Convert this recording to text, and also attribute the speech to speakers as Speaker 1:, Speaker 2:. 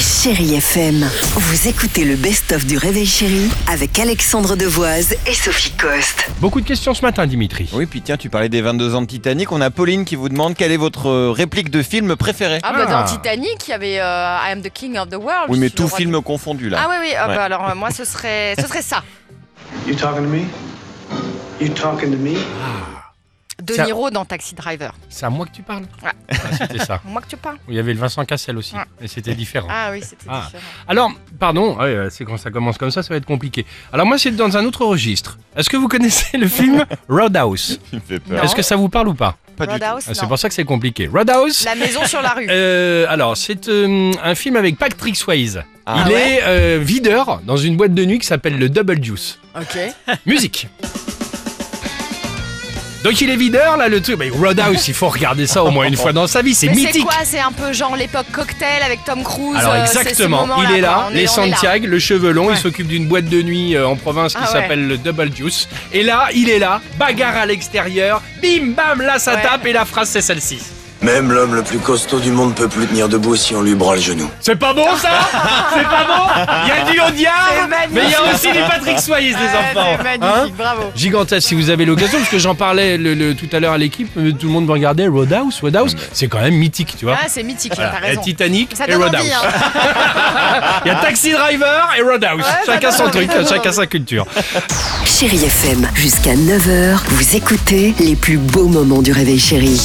Speaker 1: Chérie FM, vous écoutez le best-of du Réveil Chéri avec Alexandre Devoise et Sophie Coste.
Speaker 2: Beaucoup de questions ce matin, Dimitri.
Speaker 3: Oui, puis tiens, tu parlais des 22 ans de Titanic. On a Pauline qui vous demande quelle est votre euh, réplique de film préférée.
Speaker 4: Ah, bah
Speaker 2: Ah.
Speaker 4: dans Titanic, il y avait euh, I am the king of the world.
Speaker 3: oui, mais
Speaker 4: je suis le
Speaker 3: tout
Speaker 4: roi
Speaker 3: film
Speaker 4: du-
Speaker 3: confondu là.
Speaker 4: Ah oui, oui, ah
Speaker 3: Ouais.
Speaker 4: bah alors euh, moi ce serait, ce serait ça.
Speaker 5: You talking to me? You talking to me?
Speaker 4: De
Speaker 2: Ça-
Speaker 4: Niro dans Taxi Driver.
Speaker 2: C'est à moi que tu parles
Speaker 4: Ouais.
Speaker 2: Ah, C'était ça.
Speaker 4: Moi que tu parles
Speaker 2: Il y avait le Vincent Cassel aussi,
Speaker 4: Ouais.
Speaker 2: mais c'était
Speaker 3: Hein.
Speaker 2: différent.
Speaker 4: Ah oui, c'était
Speaker 2: Ah.
Speaker 4: différent.
Speaker 2: Alors, pardon, ouais, euh, c'est quand ça commence comme ça, ça va être compliqué. Alors moi, c'est dans un autre registre. Est-ce que vous connaissez le film Roadhouse
Speaker 3: Il me fait peur.
Speaker 4: Non.
Speaker 2: Est-ce que ça vous parle ou pas
Speaker 3: Pas du tout.
Speaker 4: Roadhouse,
Speaker 2: Ah, C'est
Speaker 4: non.
Speaker 2: pour ça que c'est compliqué. Roadhouse
Speaker 4: La maison sur la rue.
Speaker 2: euh, alors, c'est euh, un film avec Patrick Swayze.
Speaker 3: Ah
Speaker 2: Il
Speaker 4: ouais
Speaker 2: est euh, videur dans une boîte de nuit qui s'appelle le Double Juice.
Speaker 4: Ok.
Speaker 2: Musique. Donc il est videur là le truc. Mais Roadhouse, il faut regarder ça au moins une fois dans sa vie, c'est
Speaker 4: Mais c'est
Speaker 2: mythique.
Speaker 4: quoi C'est un peu genre l'époque cocktail avec Tom Cruise.
Speaker 2: Alors
Speaker 4: euh, c'est ce
Speaker 2: exactement,
Speaker 4: moment-là,
Speaker 2: il est
Speaker 4: quoi.
Speaker 2: là,
Speaker 4: On
Speaker 2: les
Speaker 4: on est là.
Speaker 2: Santiago, le cheveu long,
Speaker 4: Ouais.
Speaker 2: il s'occupe d'une boîte de nuit euh, en province qui
Speaker 4: Ah ouais.
Speaker 2: s'appelle le Double Juice. Et là, il est là, bagarre à l'extérieur, bim bam, là ça
Speaker 4: Ouais.
Speaker 2: tape et la phrase c'est celle-ci.
Speaker 6: Même l'homme le plus costaud du monde peut plus tenir debout si on lui broie le genou.
Speaker 2: C'est pas bon ça C'est pas bon Il y a du
Speaker 4: C'est
Speaker 2: Audiard,
Speaker 4: magnifique.
Speaker 2: mais il y a aussi du Patrick Swayze
Speaker 4: Ouais,
Speaker 2: les enfants.
Speaker 4: Ah, c'est magnifique,
Speaker 2: Hein
Speaker 4: bravo.
Speaker 2: Gigantesque si vous avez l'occasion, parce que j'en parlais le- le- tout à l'heure à l'équipe, euh, tout le monde me regardait Roadhouse, Roadhouse, c'est quand même mythique, tu vois.
Speaker 4: Ah, c'est mythique,
Speaker 2: Voilà.
Speaker 4: t'as
Speaker 2: Il y a
Speaker 4: raison.
Speaker 2: Titanic
Speaker 4: Ça
Speaker 2: et
Speaker 4: donne envie,
Speaker 2: Roadhouse.
Speaker 4: hein.
Speaker 2: Il y a Taxi Driver et Roadhouse.
Speaker 4: Ouais, ça
Speaker 2: chacun
Speaker 4: donne
Speaker 2: son
Speaker 4: envie,
Speaker 2: truc,
Speaker 4: ça donne
Speaker 2: chacun
Speaker 4: envie.
Speaker 2: sa culture.
Speaker 1: Chérie FM, jusqu'à 9h, vous écoutez les plus beaux moments du Réveil Chéri.